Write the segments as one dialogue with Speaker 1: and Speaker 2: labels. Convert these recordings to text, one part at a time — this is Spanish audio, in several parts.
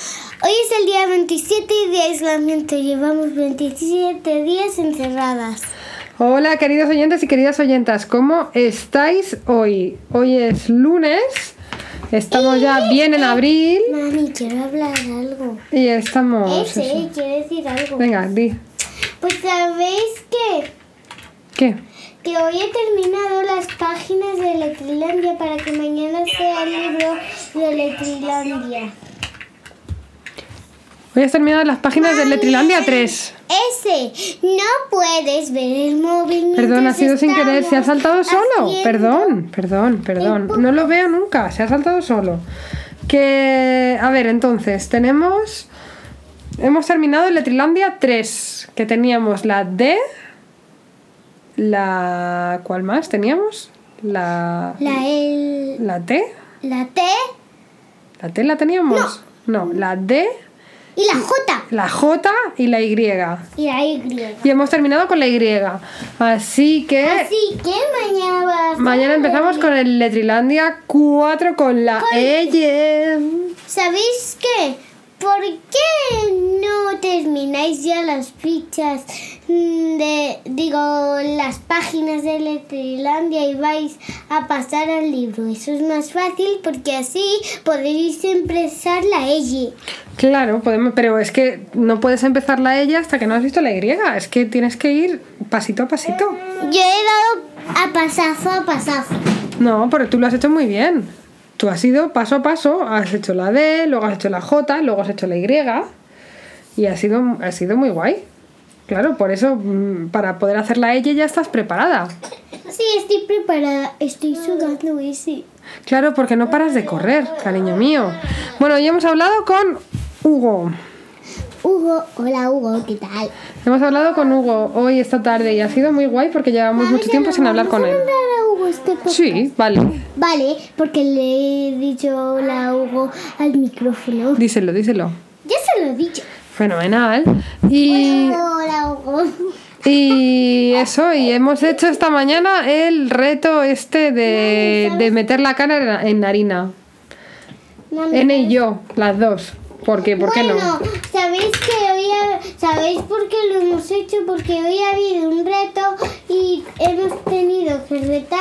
Speaker 1: es el día 27 de aislamiento. Llevamos 27 días encerradas.
Speaker 2: Hola, queridos oyentes y queridas oyentas, ¿cómo estáis hoy? Hoy es lunes, estamos ya bien en abril
Speaker 1: Mami, quiero hablar algo.
Speaker 2: y estamos.
Speaker 1: Ese,
Speaker 2: eso.
Speaker 1: quiero decir algo.
Speaker 2: Ah, Venga, di.
Speaker 1: Pues sabéis que,
Speaker 2: ¿Qué?
Speaker 1: que hoy he terminado las páginas de Letrilandia para que mañana sea el libro de Letrilandia.
Speaker 2: Hoy has terminado las páginas de Letrilandia 3.
Speaker 1: Ese, no puedes ver el móvil.
Speaker 2: Perdón, ha
Speaker 1: mientras
Speaker 2: sido sin querer, se ha
Speaker 1: estamos
Speaker 2: saltado solo.
Speaker 1: haciendo-
Speaker 2: Perdón, perdón, perdón. No lo veo nunca, se ha saltado solo. Que, a ver, entonces, tenemos... Hemos terminado Letrilandia 3, que teníamos la D, la... ¿Cuál más teníamos? La...
Speaker 1: La, el,
Speaker 2: La T.
Speaker 1: la T
Speaker 2: ¿La T la teníamos? No, la D,
Speaker 1: y la J.
Speaker 2: la J y la Y.
Speaker 1: Y la Y.
Speaker 2: Y hemos terminado con la Y. Así que...
Speaker 1: Así que mañana va a ser-
Speaker 2: Mañana empezamos con el Letrilandia 4 con la E.
Speaker 1: ¿Sabéis qué? ¿Por qué no termináis ya las fichas mm, de, digo, las páginas de Letrilandia y vais a pasar al libro? Eso es más fácil porque así podéis empezar la E.
Speaker 2: Claro, podemos, pero es que no puedes empezar la E hasta que no has visto la Y. Es que tienes que ir pasito a pasito.
Speaker 1: Yo he dado a pasazo a pasazo.
Speaker 2: No, pero tú lo has hecho muy bien. Tú has ido paso a paso, has hecho la D, luego has hecho la J, luego has hecho la Y. Y ha sido, ha sido muy guay. Claro, por eso, mm, para poder hacer la E ya estás preparada.
Speaker 1: Sí, estoy preparada. Estoy sudando y sí.
Speaker 2: Claro, porque no paras de correr, cariño mío. Bueno, ya hemos hablado con Hugo.
Speaker 1: Hugo, hola Hugo, ¿qué tal?
Speaker 2: Hemos hablado con Hugo hoy esta tarde y ha sido muy guay porque llevamos mucho tiempo sin hablar con él.
Speaker 1: este
Speaker 2: Sí, vale.
Speaker 1: Vale, porque le he dicho hola Hugo al micrófono.
Speaker 2: Díselo, díselo.
Speaker 1: Ya se lo he dicho.
Speaker 2: Fenomenal. Y,
Speaker 1: Hola Hugo.
Speaker 2: y eso, y hemos hecho esta mañana el reto este de, de meter la cara en- en harina.
Speaker 1: Mami.
Speaker 2: N y yo, las dos. Porque, ¿por qué no?
Speaker 1: bueno, sabéis que hoy ha- sabéis por qué lo hemos hecho porque hoy ha habido un reto y hemos tenido que retar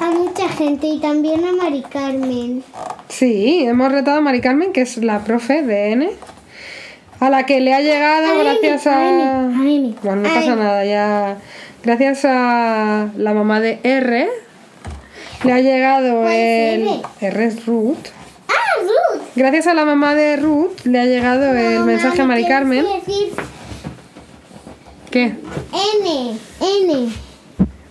Speaker 1: a mucha gente y también a Mari Carmen.
Speaker 2: Sí, hemos retado a Mari Carmen, que es la profe de N, a la que le ha llegado
Speaker 1: A N,
Speaker 2: gracias
Speaker 1: a
Speaker 2: a...
Speaker 1: N, a N,
Speaker 2: bueno, no
Speaker 1: a
Speaker 2: pasa
Speaker 1: N.
Speaker 2: nada, ya... Gracias a la mamá de R, le ha llegado
Speaker 1: ¿Cuál es
Speaker 2: el...
Speaker 1: R?
Speaker 2: R es Ruth.
Speaker 1: Ah, Ruth.
Speaker 2: Gracias a la mamá de Ruth le ha llegado el
Speaker 1: No,
Speaker 2: mensaje a Mari
Speaker 1: mami,
Speaker 2: Carmen.
Speaker 1: tienes que decir
Speaker 2: ¿Qué?
Speaker 1: N, N.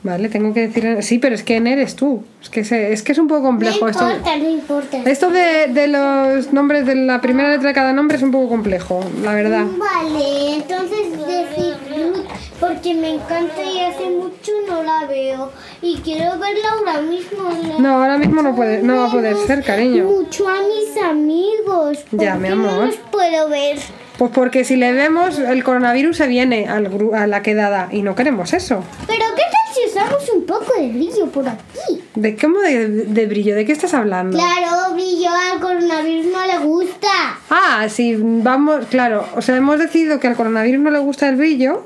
Speaker 2: Vale, tengo que decir... Sí, pero es que N eres tú. Es que, se- es, que es un poco
Speaker 1: No
Speaker 2: complejo esto.
Speaker 1: importa, no importa.
Speaker 2: Esto de, de los nombres, de la primera letra de cada nombre es un poco complejo, la verdad.
Speaker 1: Vale, entonces decir Ruth, porque me encanta y hace mucho no la veo. Y quiero verla ahora mismo. la-
Speaker 2: No, ahora mismo no puede, no va a poder
Speaker 1: menos
Speaker 2: ser, cariño.
Speaker 1: Mucho a mis amigos. ¿por
Speaker 2: Ya, mi
Speaker 1: qué No
Speaker 2: amor.
Speaker 1: los puedo ver.
Speaker 2: Pues porque si le vemos, el coronavirus se viene al gru- a la quedada y no queremos eso.
Speaker 1: Pero ¿qué tal si usamos un poco de brillo por aquí?
Speaker 2: ¿De cómo de, de brillo? ¿De qué estás hablando?
Speaker 1: Claro, brillo al coronavirus no le gusta.
Speaker 2: Ah, sí, vamos, claro. O sea, hemos decidido que al coronavirus no le gusta el brillo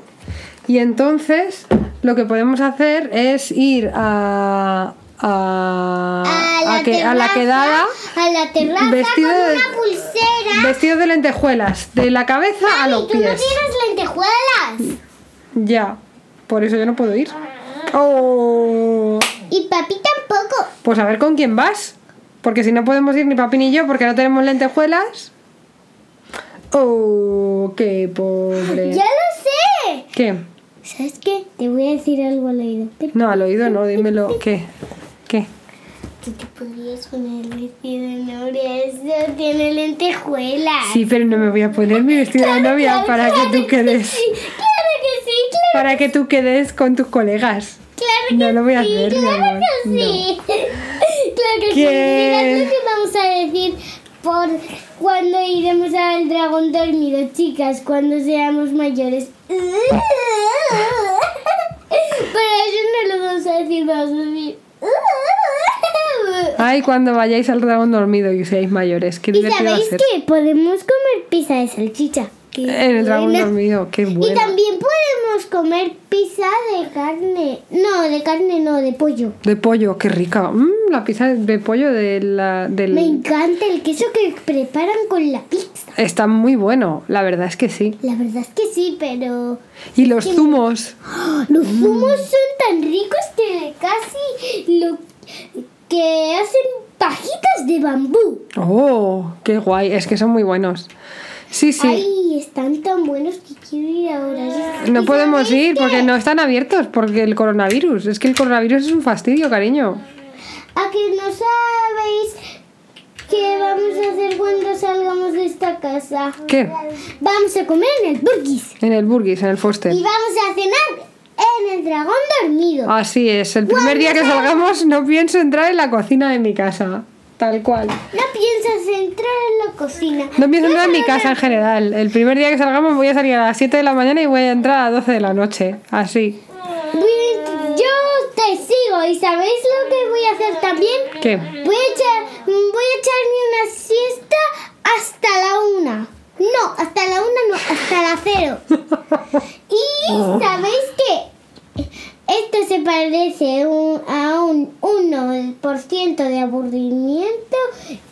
Speaker 2: y entonces lo que podemos hacer es ir a... A, Ah, a que- a la quedada
Speaker 1: A la terraza
Speaker 2: vestido
Speaker 1: con
Speaker 2: de-
Speaker 1: una pulsera.
Speaker 2: vestido de lentejuelas, de la cabeza a
Speaker 1: Mami,
Speaker 2: los
Speaker 1: tú no
Speaker 2: pies.
Speaker 1: tienes lentejuelas.
Speaker 2: Ya, por eso yo no puedo ir. ¡Oh!
Speaker 1: Y papi tampoco.
Speaker 2: Pues a ver con quién vas. Porque si no podemos ir ni papi ni yo porque no tenemos lentejuelas. ¡Oh, qué pobre!
Speaker 1: ¡Ya lo sé!
Speaker 2: ¿Qué?
Speaker 1: ¿Sabes qué? Te voy a decir algo al oído. Pero
Speaker 2: No, al oído no, dímelo. ¿Qué? ¿Qué?
Speaker 1: que te podrías poner vestido de novia. Eso tiene lentejuelas.
Speaker 2: Sí, pero no me voy a poner mi vestido de novia
Speaker 1: Claro,
Speaker 2: para
Speaker 1: claro
Speaker 2: que tú
Speaker 1: Sí,
Speaker 2: quedes.
Speaker 1: claro que sí, claro,
Speaker 2: Para que tú quedes con tus colegas.
Speaker 1: claro que
Speaker 2: No lo voy a
Speaker 1: sí,
Speaker 2: hacer, mi
Speaker 1: claro
Speaker 2: amor,
Speaker 1: que sí. claro que
Speaker 2: ¿Qué?
Speaker 1: sí. Mira lo que vamos a decir por cuando iremos al dragón dormido, chicas, cuando seamos mayores. Pero eso no lo vamos a decir, vamos a decir.
Speaker 2: Ay, cuando vayáis al dragón dormido y seáis mayores, qué
Speaker 1: Y
Speaker 2: divertido va a
Speaker 1: sabéis
Speaker 2: ser.
Speaker 1: que podemos comer pizza de salchicha. que
Speaker 2: En el dragón
Speaker 1: buena.
Speaker 2: dormido, qué
Speaker 1: Y
Speaker 2: bueno.
Speaker 1: también podemos comer pizza de carne. No, de carne no, de pollo.
Speaker 2: De pollo, qué rica. Mm, la pizza de pollo de la, del...
Speaker 1: Me encanta el queso que preparan con la pizza.
Speaker 2: Está muy bueno, la verdad es que sí.
Speaker 1: La verdad es que sí, pero ¡ah!
Speaker 2: Y los zumos.
Speaker 1: los
Speaker 2: Mm.
Speaker 1: zumos son tan ricos que casi lo que hacen pajitas de bambú.
Speaker 2: Oh, qué guay, es que son muy buenos. Sí, sí.
Speaker 1: Ay, están tan buenos que quiero ir ahora.
Speaker 2: No
Speaker 1: ¿Y
Speaker 2: podemos
Speaker 1: sabéis
Speaker 2: ir
Speaker 1: qué?
Speaker 2: porque no están abiertos, porque el coronavirus. Es que el coronavirus es un fastidio, cariño.
Speaker 1: A que no sabéis qué vamos a hacer cuando salgamos de esta casa.
Speaker 2: ¿Qué?
Speaker 1: Vamos a comer en el Burgis
Speaker 2: En el Burgis, en el Foster.
Speaker 1: y vamos a cenar en el Dragón Dormido.
Speaker 2: Así es, el primer día que salgamos no pienso entrar en la cocina de mi casa. Tal cual.
Speaker 1: No piensas entrar en la cocina.
Speaker 2: No pienso entrar en mi casa en general. El primer día que salgamos voy a salir a las 7 de la mañana y voy a entrar a las 12 de la noche. Así.
Speaker 1: Voy- Yo te sigo y ¿sabéis lo que voy a hacer también?
Speaker 2: ¿Qué?
Speaker 1: Voy a, echar, voy a echarme una siesta hasta la una. No, hasta la una no, hasta la cero.
Speaker 2: Ah.
Speaker 1: Y sabéis que esto se parece un- a un 1% de aburrimiento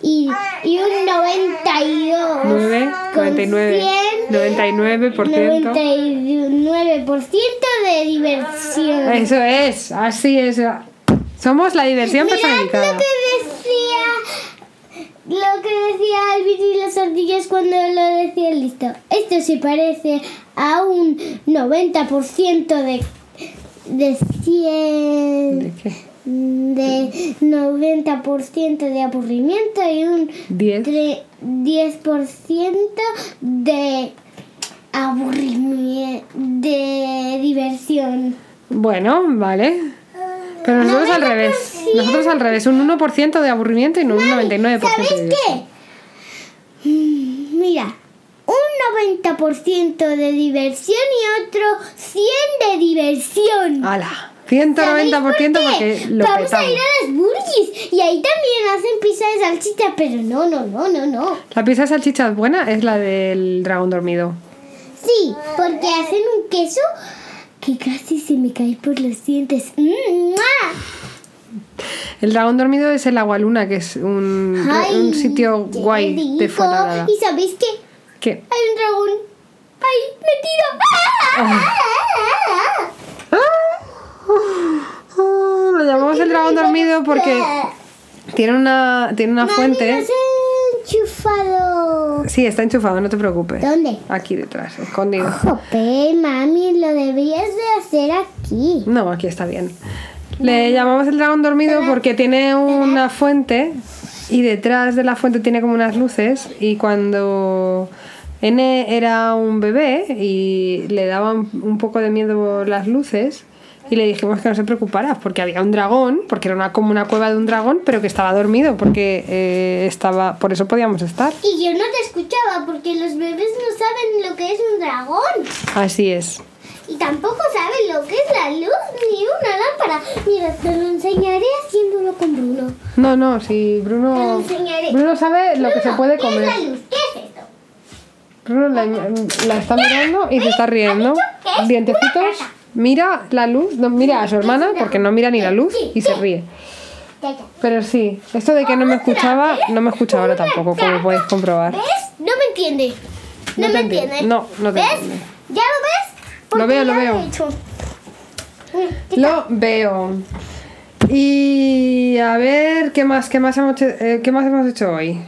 Speaker 1: y, y un 92.
Speaker 2: 9,
Speaker 1: con
Speaker 2: 99.
Speaker 1: 100,
Speaker 2: 99%.
Speaker 1: 99% de diversión.
Speaker 2: Eso es, así es. Somos la diversión
Speaker 1: Mirad
Speaker 2: personificada.
Speaker 1: lo que decía. Lo que decía Alvin y las ardillas cuando lo decía el listo. Esto se parece a un 90% de. de 100.
Speaker 2: ¿De qué?
Speaker 1: de 90% de aburrimiento y un
Speaker 2: Diez.
Speaker 1: tre- 10% de aburrimiento. de diversión.
Speaker 2: Bueno, vale. Pero nosotros al revés.
Speaker 1: 90%.
Speaker 2: Nosotros al revés. Un 1% de aburrimiento y un 99% de
Speaker 1: ¿Sabéis
Speaker 2: diversión.
Speaker 1: qué? Mm, Mira, un 90% de diversión y otro 100 de diversión.
Speaker 2: ¡Hala!
Speaker 1: ¿Sabéis
Speaker 2: 190%
Speaker 1: por qué?
Speaker 2: porque lo
Speaker 1: Vamos a
Speaker 2: petamos.
Speaker 1: ir a las burgis y ahí también hacen pizza de salchicha, pero no, no, no, no, no.
Speaker 2: La pizza de salchichas buena es la del dragón dormido.
Speaker 1: Sí, porque hacen un queso que casi se me cae por los dientes. Mm, ¡mua!
Speaker 2: El dragón dormido es el agualuna, que es un,
Speaker 1: Ay,
Speaker 2: un sitio
Speaker 1: qué
Speaker 2: guay de
Speaker 1: rico.
Speaker 2: Fuenlabrada.
Speaker 1: ¿Y sabéis qué?
Speaker 2: ¿Qué?
Speaker 1: Hay un dragón ahí metido. ¡Ah!
Speaker 2: Ah, lo llamamos el dragón dormido porque tiene una, tiene una
Speaker 1: Mami,
Speaker 2: fuente.
Speaker 1: nos he enchufado.
Speaker 2: Sí, está enchufado, no te preocupes.
Speaker 1: ¿Dónde?
Speaker 2: Aquí detrás, escondido.
Speaker 1: Jope, mami, lo debías de hacer aquí.
Speaker 2: No, aquí está bien. Le llamamos el dragón dormido porque tiene una fuente y detrás de la fuente tiene como unas luces y cuando N era un bebé y le daban un poco de miedo las luces y le dijimos que no se preocupara porque había un dragón, porque era una, como una cueva de un dragón, pero que estaba dormido porque eh, estaba, por eso podíamos estar.
Speaker 1: Y yo no te escuchaba porque los bebés no saben lo que es un dragón.
Speaker 2: Así es.
Speaker 1: Y tampoco saben lo que es la luz ni una lámpara. Mira, te lo enseñaré haciéndolo con Bruno.
Speaker 2: No, no, si
Speaker 1: Te lo
Speaker 2: Bruno...
Speaker 1: enseñaré.
Speaker 2: Bruno sabe lo que se
Speaker 1: Bruno,
Speaker 2: puede
Speaker 1: ¿qué
Speaker 2: comer.
Speaker 1: es la luz? ¿Qué es esto?
Speaker 2: Bruno la, la está mirando y se está riendo.
Speaker 1: que es una
Speaker 2: Dientecitos.
Speaker 1: caja.
Speaker 2: Mira la luz, no, mira a su hermana porque no mira ni la luz y se ríe.
Speaker 1: Ya, ya.
Speaker 2: Pero sí, esto de que no me escuchaba, no me escucha ahora tampoco, como podéis comprobar.
Speaker 1: ¿Ves? No me entiende. No,
Speaker 2: Ah. No
Speaker 1: me
Speaker 2: te
Speaker 1: entiende.
Speaker 2: entiende. No, no te
Speaker 1: ¿Ves?
Speaker 2: entiende.
Speaker 1: ¿Ya lo ves?
Speaker 2: Lo
Speaker 1: ya
Speaker 2: veo, lo veo.
Speaker 1: he hecho. Mm,
Speaker 2: Lo veo. Y a ver, ¿qué más, qué más, hemos, eh, ¿qué más hemos hecho hoy?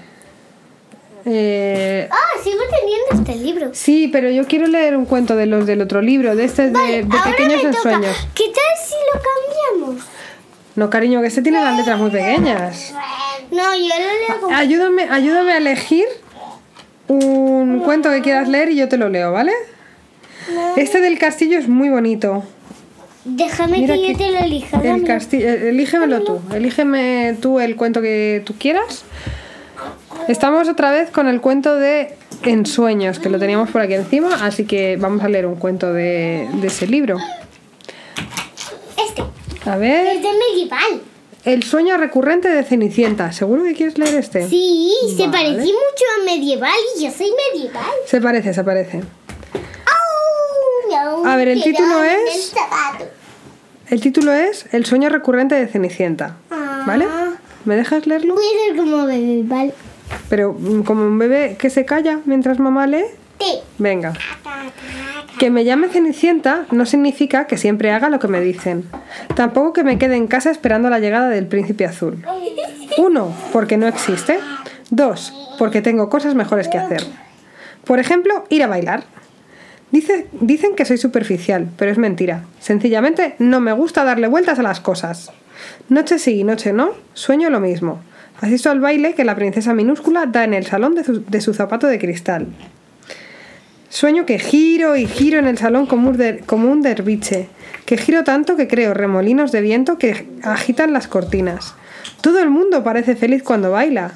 Speaker 2: Eh,
Speaker 1: Ah, sigo teniendo este libro.
Speaker 2: sí, pero yo quiero leer un cuento de los del otro libro, de este de, de
Speaker 1: Ahora
Speaker 2: Pequeños
Speaker 1: me toca.
Speaker 2: Ensueños.
Speaker 1: ¿Qué tal si lo cambiamos?
Speaker 2: No, cariño, que este tiene las letras muy pequeñas.
Speaker 1: No, yo lo leo con...
Speaker 2: Ayúdame, ayúdame a elegir un cuento que quieras leer y yo te lo leo, ¿vale? Este del castillo es muy bonito.
Speaker 1: Déjame
Speaker 2: Mira
Speaker 1: que
Speaker 2: aquí.
Speaker 1: yo te lo elija.
Speaker 2: El
Speaker 1: dámelo.
Speaker 2: castillo, elígemelo eh, tú. Elígeme tú el cuento que tú quieras. Estamos otra vez con el cuento de Ensueños, que lo teníamos por aquí encima, así que vamos a leer un cuento de, de ese libro.
Speaker 1: Este
Speaker 2: A ver,
Speaker 1: es de medieval.
Speaker 2: El sueño recurrente de Cenicienta. ¿Seguro que quieres leer este?
Speaker 1: Sí, se
Speaker 2: Vale.
Speaker 1: parecía mucho a medieval y yo soy medieval.
Speaker 2: Se parece, se parece.
Speaker 1: ¡Au! Me aún
Speaker 2: A ver, el
Speaker 1: quedó
Speaker 2: título
Speaker 1: en el
Speaker 2: es-
Speaker 1: zapato.
Speaker 2: El título es El sueño recurrente de Cenicienta. ¿Vale?
Speaker 1: Ah.
Speaker 2: ¿Me dejas leerlo?
Speaker 1: Voy a ser como medieval.
Speaker 2: Pero mm, como un bebé que se calla mientras mamá lee.
Speaker 1: Te.
Speaker 2: Venga. Que me llame Cenicienta no significa que siempre haga lo que me dicen. Tampoco que me quede en casa esperando la llegada del príncipe azul. Uno, porque no existe. Dos, porque tengo cosas mejores que hacer. Por ejemplo, ir a bailar. Dice- dicen que soy superficial, pero es mentira. Sencillamente no me gusta darle vueltas a las cosas. Noche sí y noche no, sueño lo mismo. Asisto al baile que la princesa minúscula da en el salón de su- de su zapato de cristal. Sueño que giro y giro en el salón como un, der- como un derviche, que giro tanto que creo remolinos de viento que agitan las cortinas. Todo el mundo parece feliz cuando baila.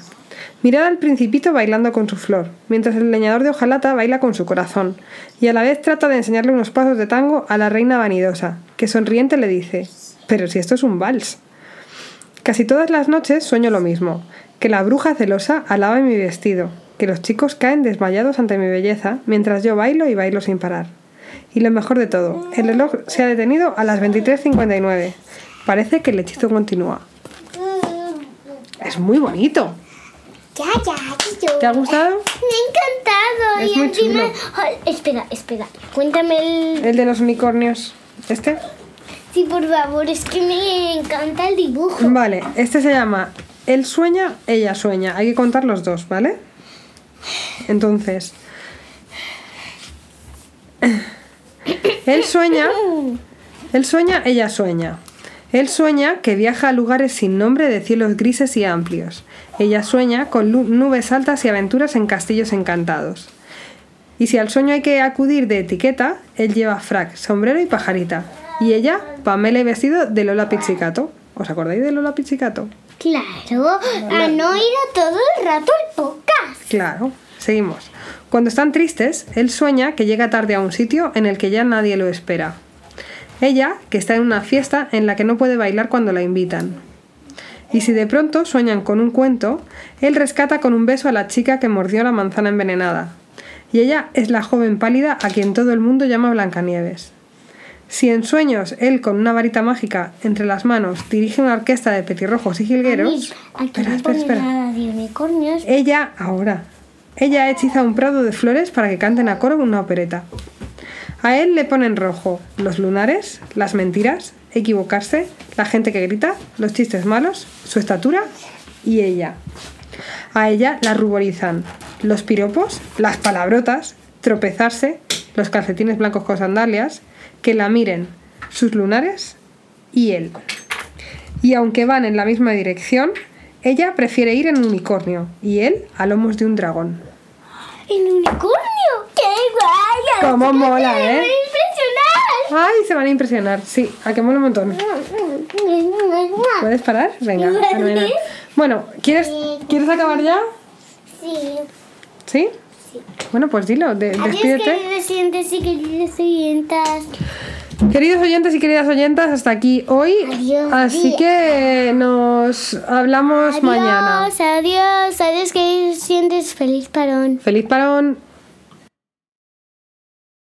Speaker 2: Mirad al principito bailando con su flor, mientras el leñador de hojalata baila con su corazón, y a la vez trata de enseñarle unos pasos de tango a la reina vanidosa, que sonriente le dice, pero si esto es un vals. Casi todas las noches sueño lo mismo, que la bruja celosa alaba mi vestido, que los chicos caen desmayados ante mi belleza, mientras yo bailo y bailo sin parar. Y lo mejor de todo, el reloj se ha detenido a las 23.59. Parece que el hechizo continúa. Es muy bonito.
Speaker 1: Ya, ya, yo.
Speaker 2: ¿Te ha gustado?
Speaker 1: Me ha encantado.
Speaker 2: Es
Speaker 1: y
Speaker 2: muy
Speaker 1: encima.
Speaker 2: chulo.
Speaker 1: Oh, espera, espera. Cuéntame el.
Speaker 2: El de los unicornios. ¿Este?
Speaker 1: Sí, por favor, es que me encanta el dibujo.
Speaker 2: Vale, este se llama Él sueña, ella sueña. Hay que contar los dos, ¿vale? Entonces. Él sueña. Él sueña, ella sueña. Él sueña que viaja a lugares sin nombre de cielos grises y amplios. Ella sueña con lu- nubes altas y aventuras en castillos encantados. Y si al sueño hay que acudir de etiqueta, él lleva frac, sombrero y pajarita. Y ella, Pamela y vestido de Lola Pizzicato. ¿Os acordáis de Lola Pizzicato?
Speaker 1: Claro, a no ir a todo el rato al podcast.
Speaker 2: Claro, seguimos. Cuando están tristes, él sueña que llega tarde a un sitio en el que ya nadie lo espera. Ella, que está en una fiesta en la que no puede bailar cuando la invitan. Y si de pronto sueñan con un cuento, él rescata con un beso a la chica que mordió la manzana envenenada. Y ella es la joven pálida a quien todo el mundo llama Blancanieves. Si en sueños él con una varita mágica entre las manos dirige una orquesta de petirrojos y jilgueros...
Speaker 1: Aquí
Speaker 2: Espera,
Speaker 1: no
Speaker 2: espera,
Speaker 1: pone
Speaker 2: espera.
Speaker 1: nada de unicornios.
Speaker 2: Ella, ahora, ella hechiza un prado de flores para que canten a coro una opereta. A él le ponen rojo los lunares, las mentiras, equivocarse, la gente que grita, los chistes malos, su estatura y ella. A ella la ruborizan los piropos, las palabrotas, tropezarse, los calcetines blancos con sandalias, que la miren, sus lunares y él. Y aunque van en la misma dirección, ella prefiere ir en unicornio y él a lomos de un dragón.
Speaker 1: ¡El unicornio! ¡Qué guay!
Speaker 2: Cómo
Speaker 1: Así que
Speaker 2: mola,
Speaker 1: me
Speaker 2: ¿eh?
Speaker 1: voy a impresionar.
Speaker 2: ¡Ay! Se van a impresionar. Sí, a que mola un montón. ¿Puedes parar? Venga,
Speaker 1: Vale.
Speaker 2: fenomenal. Bueno, ¿quieres, ¿quieres acabar ya?
Speaker 1: Sí.
Speaker 2: ¿Sí? Bueno, pues dilo, de-
Speaker 1: Adiós,
Speaker 2: despídete.
Speaker 1: queridos oyentes y queridas oyentas.
Speaker 2: Queridos oyentes y queridas oyentas, hasta aquí hoy.
Speaker 1: Adiós,
Speaker 2: Así
Speaker 1: día.
Speaker 2: que nos hablamos mañana.
Speaker 1: Adiós, adiós, adiós, queridos oyentes. Feliz parón.
Speaker 2: Feliz parón.